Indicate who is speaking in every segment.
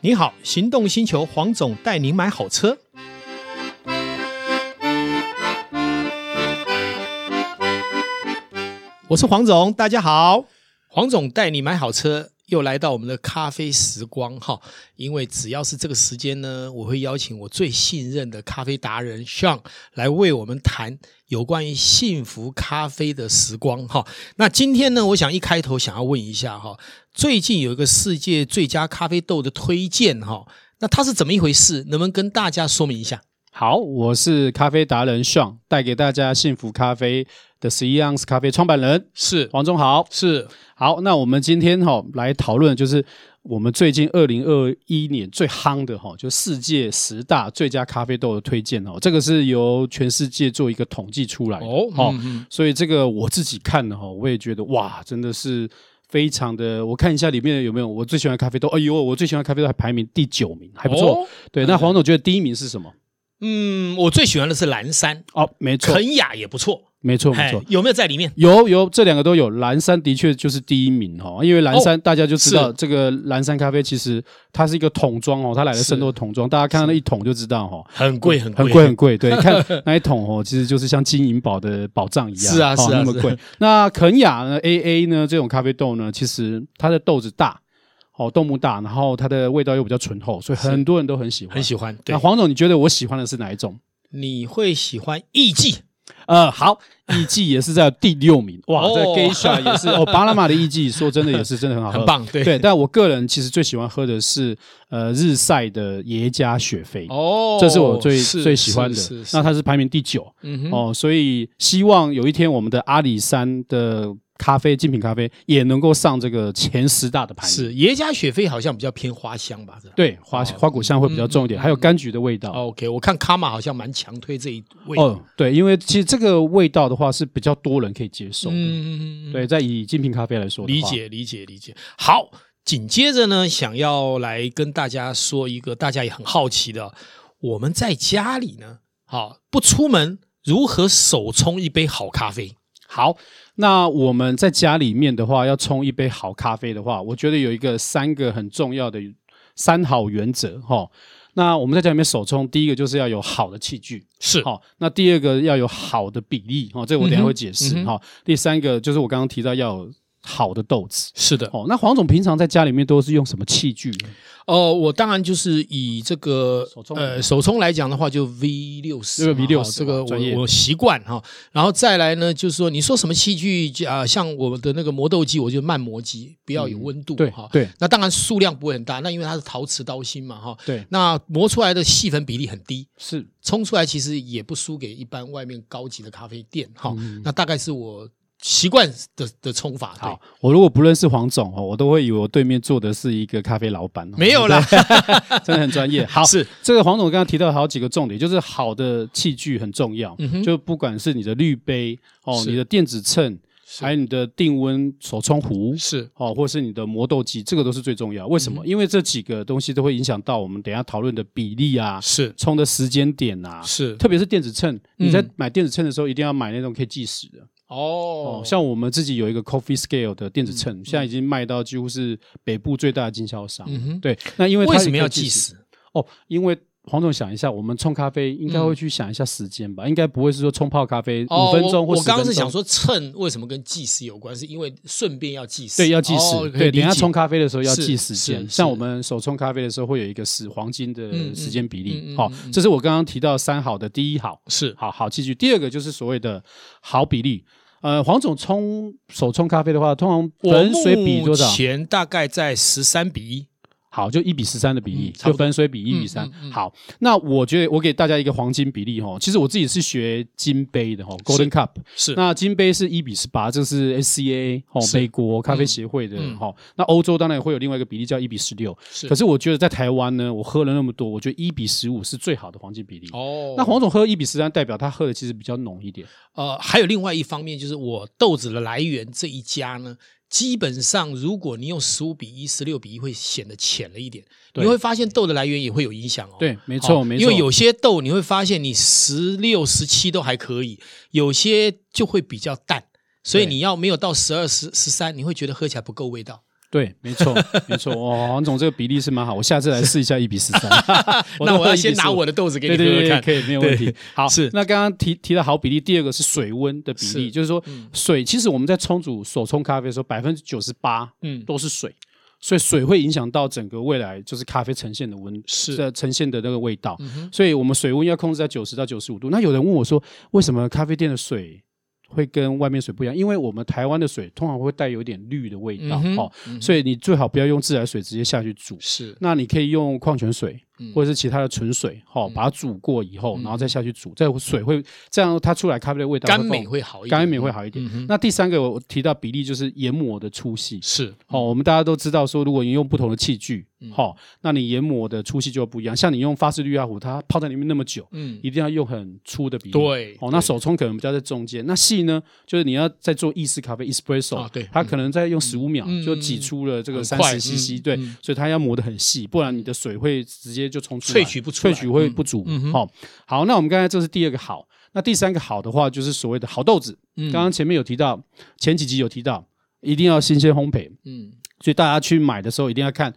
Speaker 1: 你好，行动星球黄总带您买好车。我是黄总，大家好。黄总带你买好车，又来到我们的咖啡时光哈。因为只要是这个时间呢，我会邀请我最信任的咖啡达人 Sean 来为我们谈有关于幸福咖啡的时光哈。那今天呢，我想一开头想要问一下哈，最近有一个世界最佳咖啡豆的推荐哈，那它是怎么一回事？能不能跟大家说明一下？
Speaker 2: 好，我是咖啡达人 Sean，带给大家幸福咖啡的十一盎司咖啡创办人
Speaker 1: 是
Speaker 2: 黄忠豪。
Speaker 1: 是
Speaker 2: 好，那我们今天哈、来讨论，就是我们最近二零二一年最夯的哈、就世界十大最佳咖啡豆的推荐哦，这个是由全世界做一个统计出来的
Speaker 1: 哦，
Speaker 2: 哦
Speaker 1: 嗯嗯
Speaker 2: 所以这个我自己看了哈，我也觉得哇，真的是非常的。我看一下里面有没有我最喜欢的咖啡豆，哎呦，我最喜欢的咖啡豆还排名第九名，还不错。
Speaker 1: 哦
Speaker 2: 对，那黄总觉得第一名是什么？
Speaker 1: 嗯，我最喜欢的是蓝山，
Speaker 2: 哦，没错，
Speaker 1: 肯雅也不错，
Speaker 2: 没错，没
Speaker 1: 哎
Speaker 2: 错，，
Speaker 1: 有没有在里面？
Speaker 2: 有有这两个都有。蓝山的确就是第一名哦，因为蓝山、大家就知道，这个蓝山咖啡其实它是一个桶装哦，它来的渗透桶装，大家看到那一桶就知道哦，
Speaker 1: 很贵，嗯很
Speaker 2: 很贵很 贵。对，看那一桶哦，其实就是像金银宝的宝藏一样，
Speaker 1: 是啊
Speaker 2: 哦
Speaker 1: 是啊
Speaker 2: 那么
Speaker 1: 是啊
Speaker 2: 贵。那肯雅呢，A A 呢这种咖啡豆呢，其实它的豆子大。哦，豆目大，然后它的味道又比较醇厚，所以很多人都很喜欢。
Speaker 1: 很喜欢。对
Speaker 2: 那，黄总，你觉得我喜欢的是哪一种？
Speaker 1: 你会喜欢艺伎
Speaker 2: 呃，好，艺伎也是在第六名，哇，
Speaker 1: 哦
Speaker 2: 这 Geisha 也 是哦，巴拿马的艺伎，说真的也是真的很好喝，
Speaker 1: 很。棒，对
Speaker 2: 对，但我个人其实最喜欢喝的是呃日晒的耶加雪菲，
Speaker 1: 哦
Speaker 2: 这是我最最喜欢的
Speaker 1: 是是。
Speaker 2: 那它是排名第九
Speaker 1: 嗯哼，
Speaker 2: 哦，所以希望有一天我们的阿里山的咖啡精品咖啡也能够上这个前十大的排名。
Speaker 1: 是耶加雪菲好像比较偏花香吧？是吧
Speaker 2: 对，花
Speaker 1: 哦
Speaker 2: 花果香会比较重一点，还有柑橘的味道。
Speaker 1: OK，我看卡玛好像蛮强推这一位。
Speaker 2: 哦，对，因为其实这个味道的话是比较多人可以接受
Speaker 1: 嗯，
Speaker 2: 的。
Speaker 1: 嗯嗯嗯
Speaker 2: 对，在以精品咖啡来说的
Speaker 1: 理
Speaker 2: 话
Speaker 1: 解理解理解。好，紧接着呢，想要来跟大家说一个大家也很好奇的，我们在家里呢，好不出门，如何手冲一杯好咖啡？
Speaker 2: 好，那我们在家里面的话，要冲一杯好咖啡的话，我觉得有一个三个很重要的三好原则哈、齁那我们在家里面手冲，第一个就是要有好的器具，
Speaker 1: 是
Speaker 2: 好、那第二个要有好的比例，哦，这个我等一
Speaker 1: 嗯
Speaker 2: 下
Speaker 1: 哼
Speaker 2: 会解释哈、
Speaker 1: 嗯哼
Speaker 2: 齁第三个就是我刚刚提到要有好的豆子。
Speaker 1: 是的，
Speaker 2: 哦，那黄总平常在家里面都是用什么器具呢？
Speaker 1: 哦，我当然就是以这个
Speaker 2: 手冲
Speaker 1: 呃手冲来讲的话，就 V 六
Speaker 2: 这
Speaker 1: 十
Speaker 2: 个 V60
Speaker 1: 这个
Speaker 2: 专业
Speaker 1: 我我习惯哈。然后再来呢，就是说你说什么器具啊、像我们的那个磨豆机，我就慢磨机，不要有温度
Speaker 2: 嗯对
Speaker 1: 哈、
Speaker 2: 对
Speaker 1: 那当然数量不会很大，那因为它是陶瓷刀芯嘛哈。
Speaker 2: 对，
Speaker 1: 那磨出来的细粉比例很低，
Speaker 2: 是
Speaker 1: 冲出来其实也不输给一般外面高级的咖啡店哈、
Speaker 2: 嗯
Speaker 1: 那大概是我习惯的的冲法。对
Speaker 2: 好，，我如果不认识黄总哦，我都会以为我对面坐的是一个咖啡老板。哦
Speaker 1: 没有啦，
Speaker 2: 真的很专业。好，
Speaker 1: 是
Speaker 2: 这个黄总刚刚提到好几个重点，就是好的器具很重要，
Speaker 1: 嗯哼
Speaker 2: 就不管是你的滤杯哦，
Speaker 1: 是
Speaker 2: 你的电子秤，
Speaker 1: 是
Speaker 2: 还有你的定温手冲壶。
Speaker 1: 是
Speaker 2: 哦，或是你的磨豆机，这个都是最重要。为什
Speaker 1: 嗯
Speaker 2: 么？因为这几个东西都会影响到我们等一下讨论的比例啊，
Speaker 1: 是
Speaker 2: 冲的时间点啊，
Speaker 1: 是
Speaker 2: 特别是电子秤。你在
Speaker 1: 嗯
Speaker 2: 买电子秤的时候，一定要买那种可以计时的。
Speaker 1: 哦
Speaker 2: 哦，像我们自己有一个 Coffee Scale 的电子秤，现在已经卖到几乎是北部最大的经销商。
Speaker 1: 嗯哼
Speaker 2: 对，那因为它
Speaker 1: 为什么
Speaker 2: 也可以
Speaker 1: 要计时？
Speaker 2: 哦，因为黄总想一下，我们冲咖啡应该会去想一下时间吧，应该不会是说冲泡咖啡
Speaker 1: 嗯哦
Speaker 2: 五分钟
Speaker 1: 我
Speaker 2: 或
Speaker 1: 我
Speaker 2: 十分钟。
Speaker 1: 刚刚是想，说秤为什么跟计时有关，是因为顺便要计时，
Speaker 2: 对，要计时，
Speaker 1: 哦
Speaker 2: 对，等一下冲，咖啡的时候要
Speaker 1: 是
Speaker 2: 计时间。
Speaker 1: 是
Speaker 2: 像
Speaker 1: 是
Speaker 2: 我们手冲咖啡的时候会有一个死黄金
Speaker 1: 嗯
Speaker 2: 的
Speaker 1: 嗯
Speaker 2: 时间比例
Speaker 1: 嗯嗯，
Speaker 2: 好、
Speaker 1: 嗯嗯
Speaker 2: 这是我刚刚提到三好的第一好，
Speaker 1: 可以理解是
Speaker 2: 好好器具。第二个就是所谓的好比例。呃，黄总冲手冲咖啡的话，通常
Speaker 1: 我
Speaker 2: 粉水比多少
Speaker 1: 目？前大概在十三比一，
Speaker 2: 好，就一比十三的比例，
Speaker 1: 嗯差不
Speaker 2: 就
Speaker 1: 多
Speaker 2: 分水比一
Speaker 1: 嗯
Speaker 2: 比三、
Speaker 1: 嗯嗯
Speaker 2: 好，那我觉得我给大家一个黄金比例哈，其实我自己是学金杯的哈，Golden Cup。
Speaker 1: 是
Speaker 2: 那金杯是一比十八，这是 SCA 哦
Speaker 1: 是
Speaker 2: 杯国咖啡协会的
Speaker 1: 嗯嗯
Speaker 2: 哈、那欧洲当然会有另外一个比例叫一比十六，
Speaker 1: 是
Speaker 2: 可是我觉得在台湾呢，我喝了那么多，我觉得一比十五是最好的黄金比例。
Speaker 1: 哦，
Speaker 2: 那黄总喝一比十三，代表他喝的其实比较浓一点。
Speaker 1: 呃，还有另外一方面就是我豆子的来源这一家呢。基本上，如果你用十五比一、十六比一，会显得浅了一点。
Speaker 2: 对
Speaker 1: 你会发现豆的来源也会有影响哦。
Speaker 2: 对，没
Speaker 1: 没
Speaker 2: 错，没错。
Speaker 1: 因为有些豆你会发现你十六、十七都还可以，有些就会比较淡，所以
Speaker 2: 对
Speaker 1: 你要没有到十二、十十三，你会觉得喝起来不够味道。。
Speaker 2: 对，没错，没错。哦，黄总这个比例是蛮好，我下次来试一下一比十三
Speaker 1: 那我要先拿我的豆子给你
Speaker 2: 对
Speaker 1: 喝喝
Speaker 2: 对对，
Speaker 1: 看。
Speaker 2: 可以，没有问题
Speaker 1: 对。
Speaker 2: 好，
Speaker 1: 是
Speaker 2: 那刚刚提提到好比例，第二个是水温的比
Speaker 1: 是嗯
Speaker 2: 例，就是说水，其实我们在冲煮手冲咖啡的时候，百分之九十八
Speaker 1: 嗯，
Speaker 2: 都是水，所以水会影响到整个未来就是咖啡呈现的温，
Speaker 1: 是
Speaker 2: 呃呈现的那个味道。
Speaker 1: 嗯
Speaker 2: 所以我们水温要控制在九十到九十五度。那有人问我说，为什么咖啡店的水？会跟外面水不一样，因为我们台湾的水通常会带有点绿的味道、
Speaker 1: 嗯哼
Speaker 2: 哦，所以你嗯最好不要用自来水直接下去煮，
Speaker 1: 是
Speaker 2: 那你可以用矿泉水
Speaker 1: 嗯
Speaker 2: 或者是其他的纯水，哈、把它煮过以后，然后再下去煮，这水会这样它出来咖啡的味道
Speaker 1: 甘
Speaker 2: 更
Speaker 1: 美会好一点，哦嗯
Speaker 2: 甘美会好一点。那第三个我提到比例就是研磨的粗细，
Speaker 1: 是
Speaker 2: 好、我们大家都知道说，如果你用不同的器具，
Speaker 1: 嗯
Speaker 2: 好、那你研磨的粗细就不一样。像你用法式绿压壶，它泡在里面那么久，
Speaker 1: 嗯
Speaker 2: 一定要用很粗的比例。
Speaker 1: 对
Speaker 2: 哦，那手冲可能比较在中间，那细呢，就是你要在做意式咖啡 espresso，、
Speaker 1: 啊对
Speaker 2: 它可能在用十五秒、
Speaker 1: 嗯
Speaker 2: 就挤出了这个
Speaker 1: 很
Speaker 2: 三
Speaker 1: 快
Speaker 2: 十 CC，、
Speaker 1: 嗯
Speaker 2: 对，
Speaker 1: 嗯
Speaker 2: 所以它要磨得很细，不然你的水会直接就冲出来，
Speaker 1: 萃取不出来嗯
Speaker 2: 萃取会不足。好、好，那我们刚才这是第二个好，那第三个好的话就是所谓的好豆子，
Speaker 1: 嗯
Speaker 2: 刚刚前面有提到，前几集有提到，一定要新鲜烘焙。
Speaker 1: 嗯
Speaker 2: 所以大家去买的时候一定要看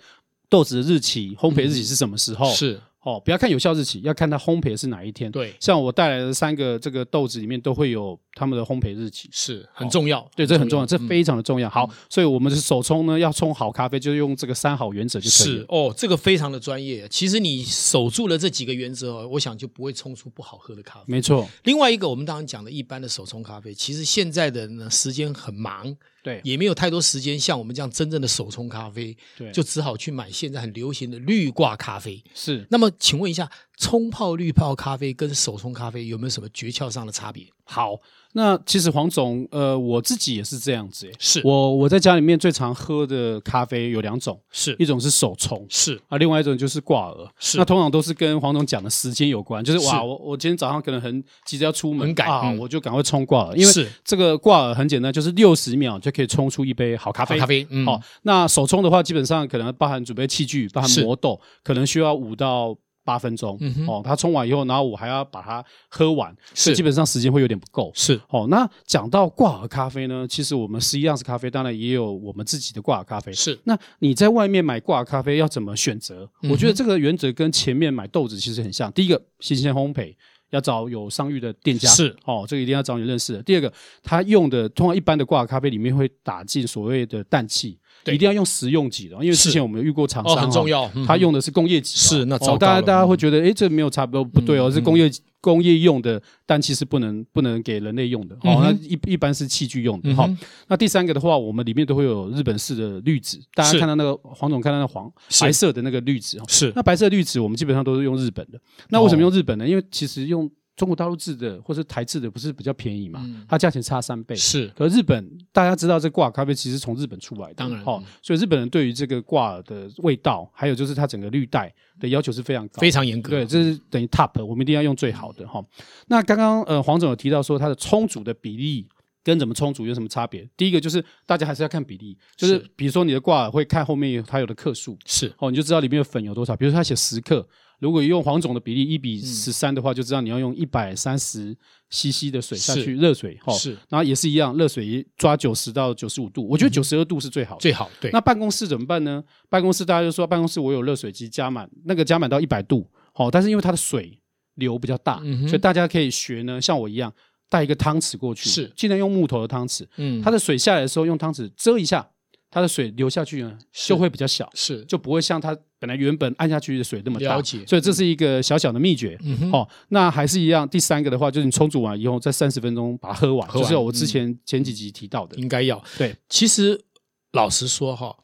Speaker 2: 豆子的日期、烘焙日期是什么时候。
Speaker 1: 是
Speaker 2: 哦，不要看有效日期，要看它烘焙是哪一天。
Speaker 1: 对
Speaker 2: 像我带来的三个这个豆子里面都会有他们的烘焙日期。
Speaker 1: 是很重要，
Speaker 2: 哦对，这很重要，这
Speaker 1: 嗯
Speaker 2: 非常的重要。好，所以我们是手冲呢，要冲好咖啡，就用这个三好原则就可以
Speaker 1: 是
Speaker 2: 了。
Speaker 1: 哦，这个非常的专业。其实你守住了这几个原则哦，我想就不会冲出不好喝的咖啡。
Speaker 2: 没错，
Speaker 1: 另外一个，我们当然讲的一般的手冲咖啡，其实现在的人呢时间很忙，
Speaker 2: 对，
Speaker 1: 也没有太多时间像我们这样真正的手冲咖啡，
Speaker 2: 对
Speaker 1: 就只好去买现在很流行的绿挂咖啡。
Speaker 2: 是
Speaker 1: 那么，请问一下，冲泡绿泡咖啡跟手冲咖啡有没有什么诀窍上的差别？
Speaker 2: 好。那其实黄总，呃，我自己也是这样子耶。
Speaker 1: 是
Speaker 2: 我我在家里面最常喝的咖啡有两种，
Speaker 1: 是
Speaker 2: 一种是手冲，
Speaker 1: 是
Speaker 2: 啊，另外一种就是挂耳，
Speaker 1: 是
Speaker 2: 那通常都是跟黄总讲的时间有关，就是
Speaker 1: 是
Speaker 2: 哇，我我今天早上可能很急着要出门，
Speaker 1: 很赶
Speaker 2: 啊，
Speaker 1: 嗯
Speaker 2: 我就赶快冲挂耳，因为
Speaker 1: 是
Speaker 2: 这个挂耳很简单，就是六十秒就可以冲出一杯好咖
Speaker 1: 好
Speaker 2: 啡。哦
Speaker 1: 咖啡，嗯，
Speaker 2: 好、那手冲的话，基本上可能包含准备器具，包含
Speaker 1: 是
Speaker 2: 磨豆，可能需要五到八分钟。
Speaker 1: 嗯哼
Speaker 2: 哦，它冲完以后，然后我还要把它喝完，所
Speaker 1: 是
Speaker 2: 以基本上时间会有点不够。
Speaker 1: 是
Speaker 2: 哦，那讲到挂耳咖啡呢，其实我们十一样式咖啡当然也有我们自己的挂耳咖啡。
Speaker 1: 是
Speaker 2: 那你在外面买挂耳咖啡要怎么选择？
Speaker 1: 嗯
Speaker 2: 我觉得这个原则跟前面买豆子其实很像。第一个，新鲜烘焙。要找有商誉的店家
Speaker 1: 是
Speaker 2: 哦，这个一定要找你认识的。第二个，他用的通常一般的挂耳咖啡里面会打进所谓的氮气，
Speaker 1: 对
Speaker 2: 一定要用食用级的，因为
Speaker 1: 是
Speaker 2: 之前我们有遇过厂
Speaker 1: 哦，
Speaker 2: 商、啊
Speaker 1: 很重要，嗯
Speaker 2: 他用的是工业级的，
Speaker 1: 是那糟糕
Speaker 2: 哦、大家
Speaker 1: 了嗯
Speaker 2: 大家会觉得，诶，这没有差不多不对哦，是工业工业用的，但其实不能不能给人类用的，
Speaker 1: 嗯
Speaker 2: 哦，那
Speaker 1: 哼
Speaker 2: 一一般是器具用的，
Speaker 1: 嗯
Speaker 2: 好、
Speaker 1: 哼
Speaker 2: 那第三个的话，我们里面都会有日本式的滤纸，大
Speaker 1: 是
Speaker 2: 家看到那个黄总看到那黄
Speaker 1: 是
Speaker 2: 白色的那个滤纸，哦
Speaker 1: 是
Speaker 2: 那白色的滤纸我们基本上都是用日本的，那为什么用日本
Speaker 1: 哦
Speaker 2: 呢？因为其实用中国大陆制的或是台制的不是比较便宜嘛，它价钱差三倍，
Speaker 1: 嗯是
Speaker 2: 可日本大家知道，这挂耳咖啡其实从日本出来的，
Speaker 1: 当然
Speaker 2: 哦，所以日本人对于这个挂耳的味道，还有就是它整个绿带的要求是非常高，
Speaker 1: 非常严格
Speaker 2: 对，，这是等于 top，我们一定要用最好的哈、那刚刚呃黄总有提到说它的冲煮的比例。跟怎么冲煮有什么差别？第一个就是大家还是要看比例，就是
Speaker 1: 是
Speaker 2: 比如说你的挂耳会看后面有它有的克数，
Speaker 1: 是
Speaker 2: 哦，你就知道里面的粉有多少。比如说他写十克，如果用黄总的比例一比
Speaker 1: 嗯
Speaker 2: 十三的话，就知道你要用一百三十 CC 的水下
Speaker 1: 是
Speaker 2: 去热水，哦，
Speaker 1: 是，
Speaker 2: 然后也是一样，热水也抓九十到九十五度，
Speaker 1: 嗯
Speaker 2: 我觉得九十二度是最好的。
Speaker 1: 最好对，
Speaker 2: 那办公室怎么办呢？办公室大家就说办公室我有热水机加满，那个加满到一百度，好、但是因为它的水流比较大，
Speaker 1: 嗯哼
Speaker 2: 所以大家可以学呢，像我一样带一个汤匙过去，
Speaker 1: 是
Speaker 2: 尽量用木头的汤匙，
Speaker 1: 嗯，
Speaker 2: 它的水下来的时候用汤匙遮一下，它的水流下去呢就会比较小。
Speaker 1: 是
Speaker 2: 就不会像它本来原本按下去的水那么大。
Speaker 1: 了解
Speaker 2: 所以这是一个小小的秘诀。
Speaker 1: 嗯哼
Speaker 2: 哦，那还是一样。第三个的话，就是你冲煮完以后，在三十分钟把它喝完，
Speaker 1: 喝完嗯
Speaker 2: 就是我之前、前几集提到的。
Speaker 1: 应该要。
Speaker 2: 对，
Speaker 1: 其实老实说哈，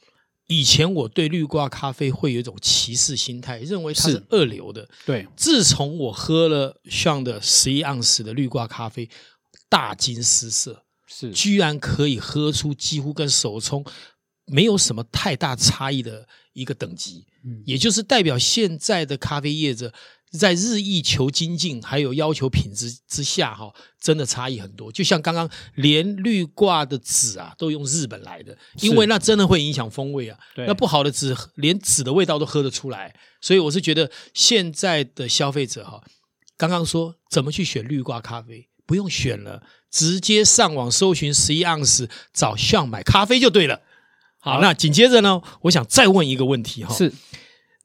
Speaker 1: 以前我对绿挂咖啡会有一种歧视心态，认为它是
Speaker 2: 是
Speaker 1: 二流的。
Speaker 2: 对，
Speaker 1: 自从我喝了像的十一盎司的绿挂咖啡，大惊失色，
Speaker 2: 是
Speaker 1: 居然可以喝出几乎跟手冲没有什么太大差异的一个等级，
Speaker 2: 嗯
Speaker 1: 也就是代表现在的咖啡业者在日益求精进还有要求品质之下，哈，真的差异很多。就像刚刚连绿挂的纸啊，都用日本来的，因为那真的会影响风味啊。
Speaker 2: 对
Speaker 1: 那不好的纸，连纸的味道都喝得出来，所以我是觉得现在的消费者哈、刚刚说怎么去选绿挂咖啡，不用选了，直接上网搜寻十一盎司，找巷买咖啡就对了。好，那紧接着呢，我想再问一个问题哈，
Speaker 2: 是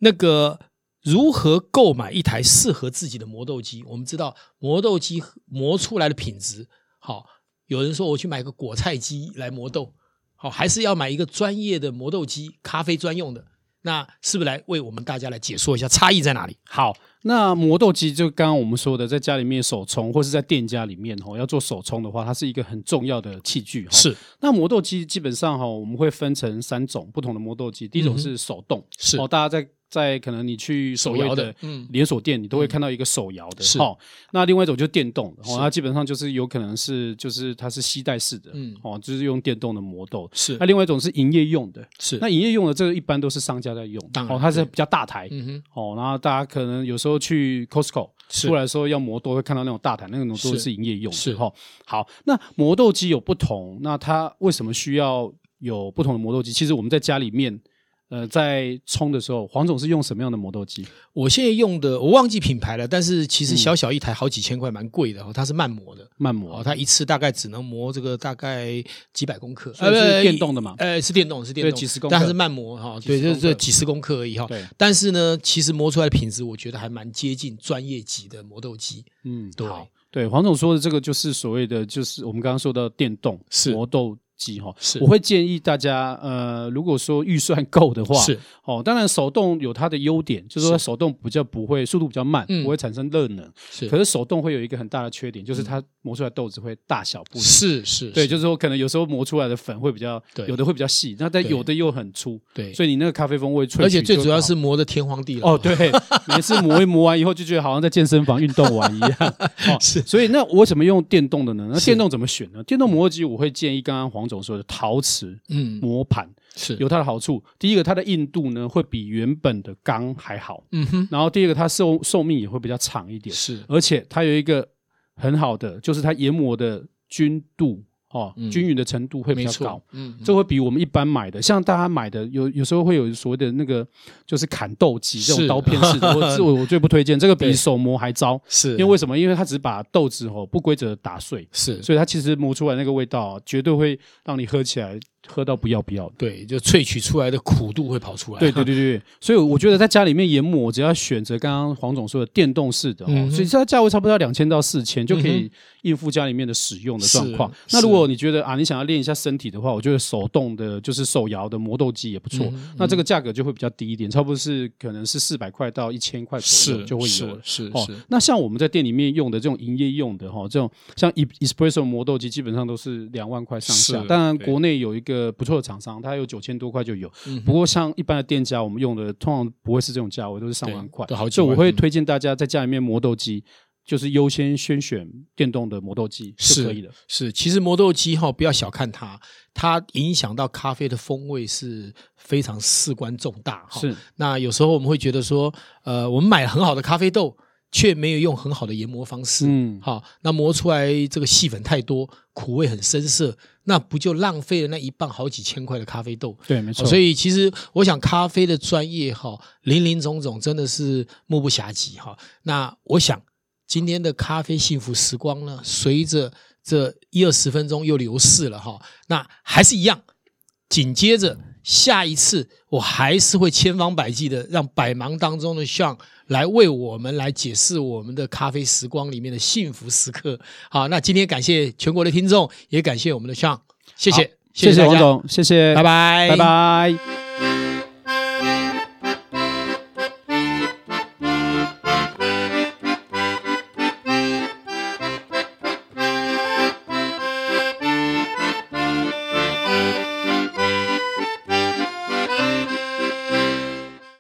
Speaker 1: 那个如何购买一台适合自己的磨豆机？我们知道磨豆机磨出来的品质好，有人说我去买个果菜机来磨豆，好，还是要买一个专业的磨豆机，咖啡专用的。那是不是来为我们大家来解说一下差异在哪里？
Speaker 2: 好，那磨豆机就刚刚我们说的，在家里面手冲或是在店家里面哦，要做手冲的话，它是一个很重要的器具。哦，
Speaker 1: 是
Speaker 2: 那磨豆机基本上哈、我们会分成三种不同的磨豆机，第一种是手动，
Speaker 1: 嗯是
Speaker 2: 哦，大家在在可能你去所
Speaker 1: 手
Speaker 2: 谓
Speaker 1: 摇
Speaker 2: 的
Speaker 1: 的，嗯，
Speaker 2: 连锁店，你都会看到一个手摇的，
Speaker 1: 是
Speaker 2: 哦。那另外一种就是电动的，
Speaker 1: 是
Speaker 2: 哦，它基本上就是有可能是就是它是吸带式的，
Speaker 1: 嗯
Speaker 2: 哦，就是用电动的磨豆。
Speaker 1: 是
Speaker 2: 那另外一种是营业用的，
Speaker 1: 是
Speaker 2: 那营业用的这个一般都是商家在用，
Speaker 1: 当然
Speaker 2: 哦，它是
Speaker 1: 对
Speaker 2: 比较大台，
Speaker 1: 嗯哼，
Speaker 2: 哦，然后大家可能有时候去 Costco
Speaker 1: 是
Speaker 2: 出来的时候要磨豆，会看到那种大台，那种磨豆
Speaker 1: 是
Speaker 2: 是营业用的。
Speaker 1: 是
Speaker 2: 哦，好，那磨豆机有不同，那它为什么需要有不同的磨豆机？其实我们在家里面，呃，在冲的时候，黄总是用什么样的磨豆机？
Speaker 1: 我现在用的我忘记品牌了，但是
Speaker 2: 嗯
Speaker 1: 其实小小一台好几千块，蛮贵的哦。它是慢磨的，
Speaker 2: 慢
Speaker 1: 哦，
Speaker 2: 磨，
Speaker 1: 它一次大概只能磨这个大概几百公克，
Speaker 2: 所以是
Speaker 1: 呃
Speaker 2: 电动的嘛
Speaker 1: 呃，是电动，是电
Speaker 2: 对
Speaker 1: 动，
Speaker 2: 几十公克
Speaker 1: 但它是慢磨哈，
Speaker 2: 几
Speaker 1: 对，
Speaker 2: 十
Speaker 1: 就
Speaker 2: 公
Speaker 1: 是
Speaker 2: 克
Speaker 1: 这几十公克而已哈。
Speaker 2: 对，
Speaker 1: 但是呢，其实磨出来的品质，我觉得还蛮接近专业级的磨豆机。
Speaker 2: 嗯，
Speaker 1: 对
Speaker 2: 好对，黄总说的这个就是所谓的，就是我们刚刚说到电动
Speaker 1: 是
Speaker 2: 磨豆机哈，
Speaker 1: 是
Speaker 2: 我会建议大家，呃，如果说预算够的话，
Speaker 1: 是
Speaker 2: 哦，当然手动有它的优点，就是说手动比较不会速度比较慢，
Speaker 1: 嗯
Speaker 2: 不会产生热能。
Speaker 1: 是嗯
Speaker 2: 可是手动会有一个很大的缺点，就是它磨出来豆子会大小不一。
Speaker 1: 是是，
Speaker 2: 对，
Speaker 1: 是
Speaker 2: 就是说可能有时候磨出来的粉会比较，
Speaker 1: 对
Speaker 2: 有的会比较细，那但
Speaker 1: 对
Speaker 2: 有的又很粗，
Speaker 1: 对，
Speaker 2: 所以你那个咖啡风味萃取
Speaker 1: 而且最
Speaker 2: 就
Speaker 1: 主要
Speaker 2: 好
Speaker 1: 是磨的天荒地老。啊
Speaker 2: 哦，，对，每次磨一磨完以后就觉得好像在健身房运动完一样。 哦，
Speaker 1: 是
Speaker 2: 所以那我怎么用电动的呢？那
Speaker 1: 是
Speaker 2: 电动怎么选呢？电动磨豆机我会建议刚刚黄总说的陶瓷
Speaker 1: 嗯，
Speaker 2: 磨盘
Speaker 1: 是，
Speaker 2: 有它的好处。第一个，它的硬度呢会比原本的钢还好，
Speaker 1: 嗯哼，
Speaker 2: 然后第二个，它寿寿命也会比较长一点，
Speaker 1: 是
Speaker 2: 而且它有一个很好的，就是它研磨的均度哦，
Speaker 1: 嗯
Speaker 2: 均匀的程度会比
Speaker 1: 没
Speaker 2: 较
Speaker 1: 错
Speaker 2: 高。，
Speaker 1: 嗯，嗯
Speaker 2: 这会比我们一般买的，像大家买的有有时候会有所谓的那个，就是砍豆机这种
Speaker 1: 是
Speaker 2: 刀片式 的，我是我我最不推荐，这个比
Speaker 1: 对
Speaker 2: 手磨还糟。
Speaker 1: 是
Speaker 2: 因为为什么？因为它只把豆子哦不规则的打碎，
Speaker 1: 是
Speaker 2: 所以它其实磨出来那个味道、啊，绝对会让你喝起来喝到不要不要的。
Speaker 1: 对，就萃取出来的苦度会跑出来。 啊
Speaker 2: 对对对对，对所以我觉得在家里面研磨，只要选择刚刚黄总说的电动式的哦，
Speaker 1: 嗯哼嗯
Speaker 2: 所以它价位差不多两千到四千就可以应付家里面的使用的状况。
Speaker 1: 是
Speaker 2: 那如
Speaker 1: 是
Speaker 2: 果你觉得啊，你想要练一下身体的话，我觉得手动的，就是手摇的磨豆机也不错。
Speaker 1: 嗯哼
Speaker 2: 那这个价格就会比较低一点，差不多是可能是四百块到一千块左右
Speaker 1: 嗯是
Speaker 2: 就会有了。
Speaker 1: 是
Speaker 2: 哦
Speaker 1: 是，嗯
Speaker 2: 那像我们在店里面用的这种营业用的哈、哦，这种像 E- espresso 磨豆机，基本上都是两万块上下。
Speaker 1: 是
Speaker 2: 当然，
Speaker 1: 对
Speaker 2: 国内有一个不错的厂商，它有九千多块就有。
Speaker 1: 嗯哼
Speaker 2: 不过，像一般的店家，我们用的通常不会是这种价位，都是上万
Speaker 1: 对
Speaker 2: 块。
Speaker 1: 都好几
Speaker 2: 所以我
Speaker 1: 万
Speaker 2: 会
Speaker 1: 嗯
Speaker 2: 推荐大家在家里面磨豆机，就是优先先选电动的磨豆机就是可以了。
Speaker 1: 是，其实磨豆机哈、不要小看它，它影响到咖啡的风味是非常事关重大哈、
Speaker 2: 是
Speaker 1: 那有时候我们会觉得说，呃，我们买了很好的咖啡豆，却没有用很好的研磨方式。
Speaker 2: 嗯，
Speaker 1: 好、那磨出来这个细粉太多，苦味很深涩，那不就浪费了那一磅好几千块的咖啡豆？
Speaker 2: 对，没错。
Speaker 1: 哦所以其实我想，咖啡的专业哈，林林总总，真的是目不暇及哈。那我想，今天的咖啡幸福时光呢，随着这一二十分钟又流逝了哈，那还是一样。紧接着下一次，我还是会千方百计的让百忙当中的 Sean 来为我们来解释我们的咖啡时光里面的幸福时刻。好，那今天感谢全国的听众，也感谢我们的 Sean，谢谢谢
Speaker 2: 谢谢
Speaker 1: 大
Speaker 2: 黄
Speaker 1: 家，
Speaker 2: 总，谢谢，
Speaker 1: 拜拜，
Speaker 2: 拜拜。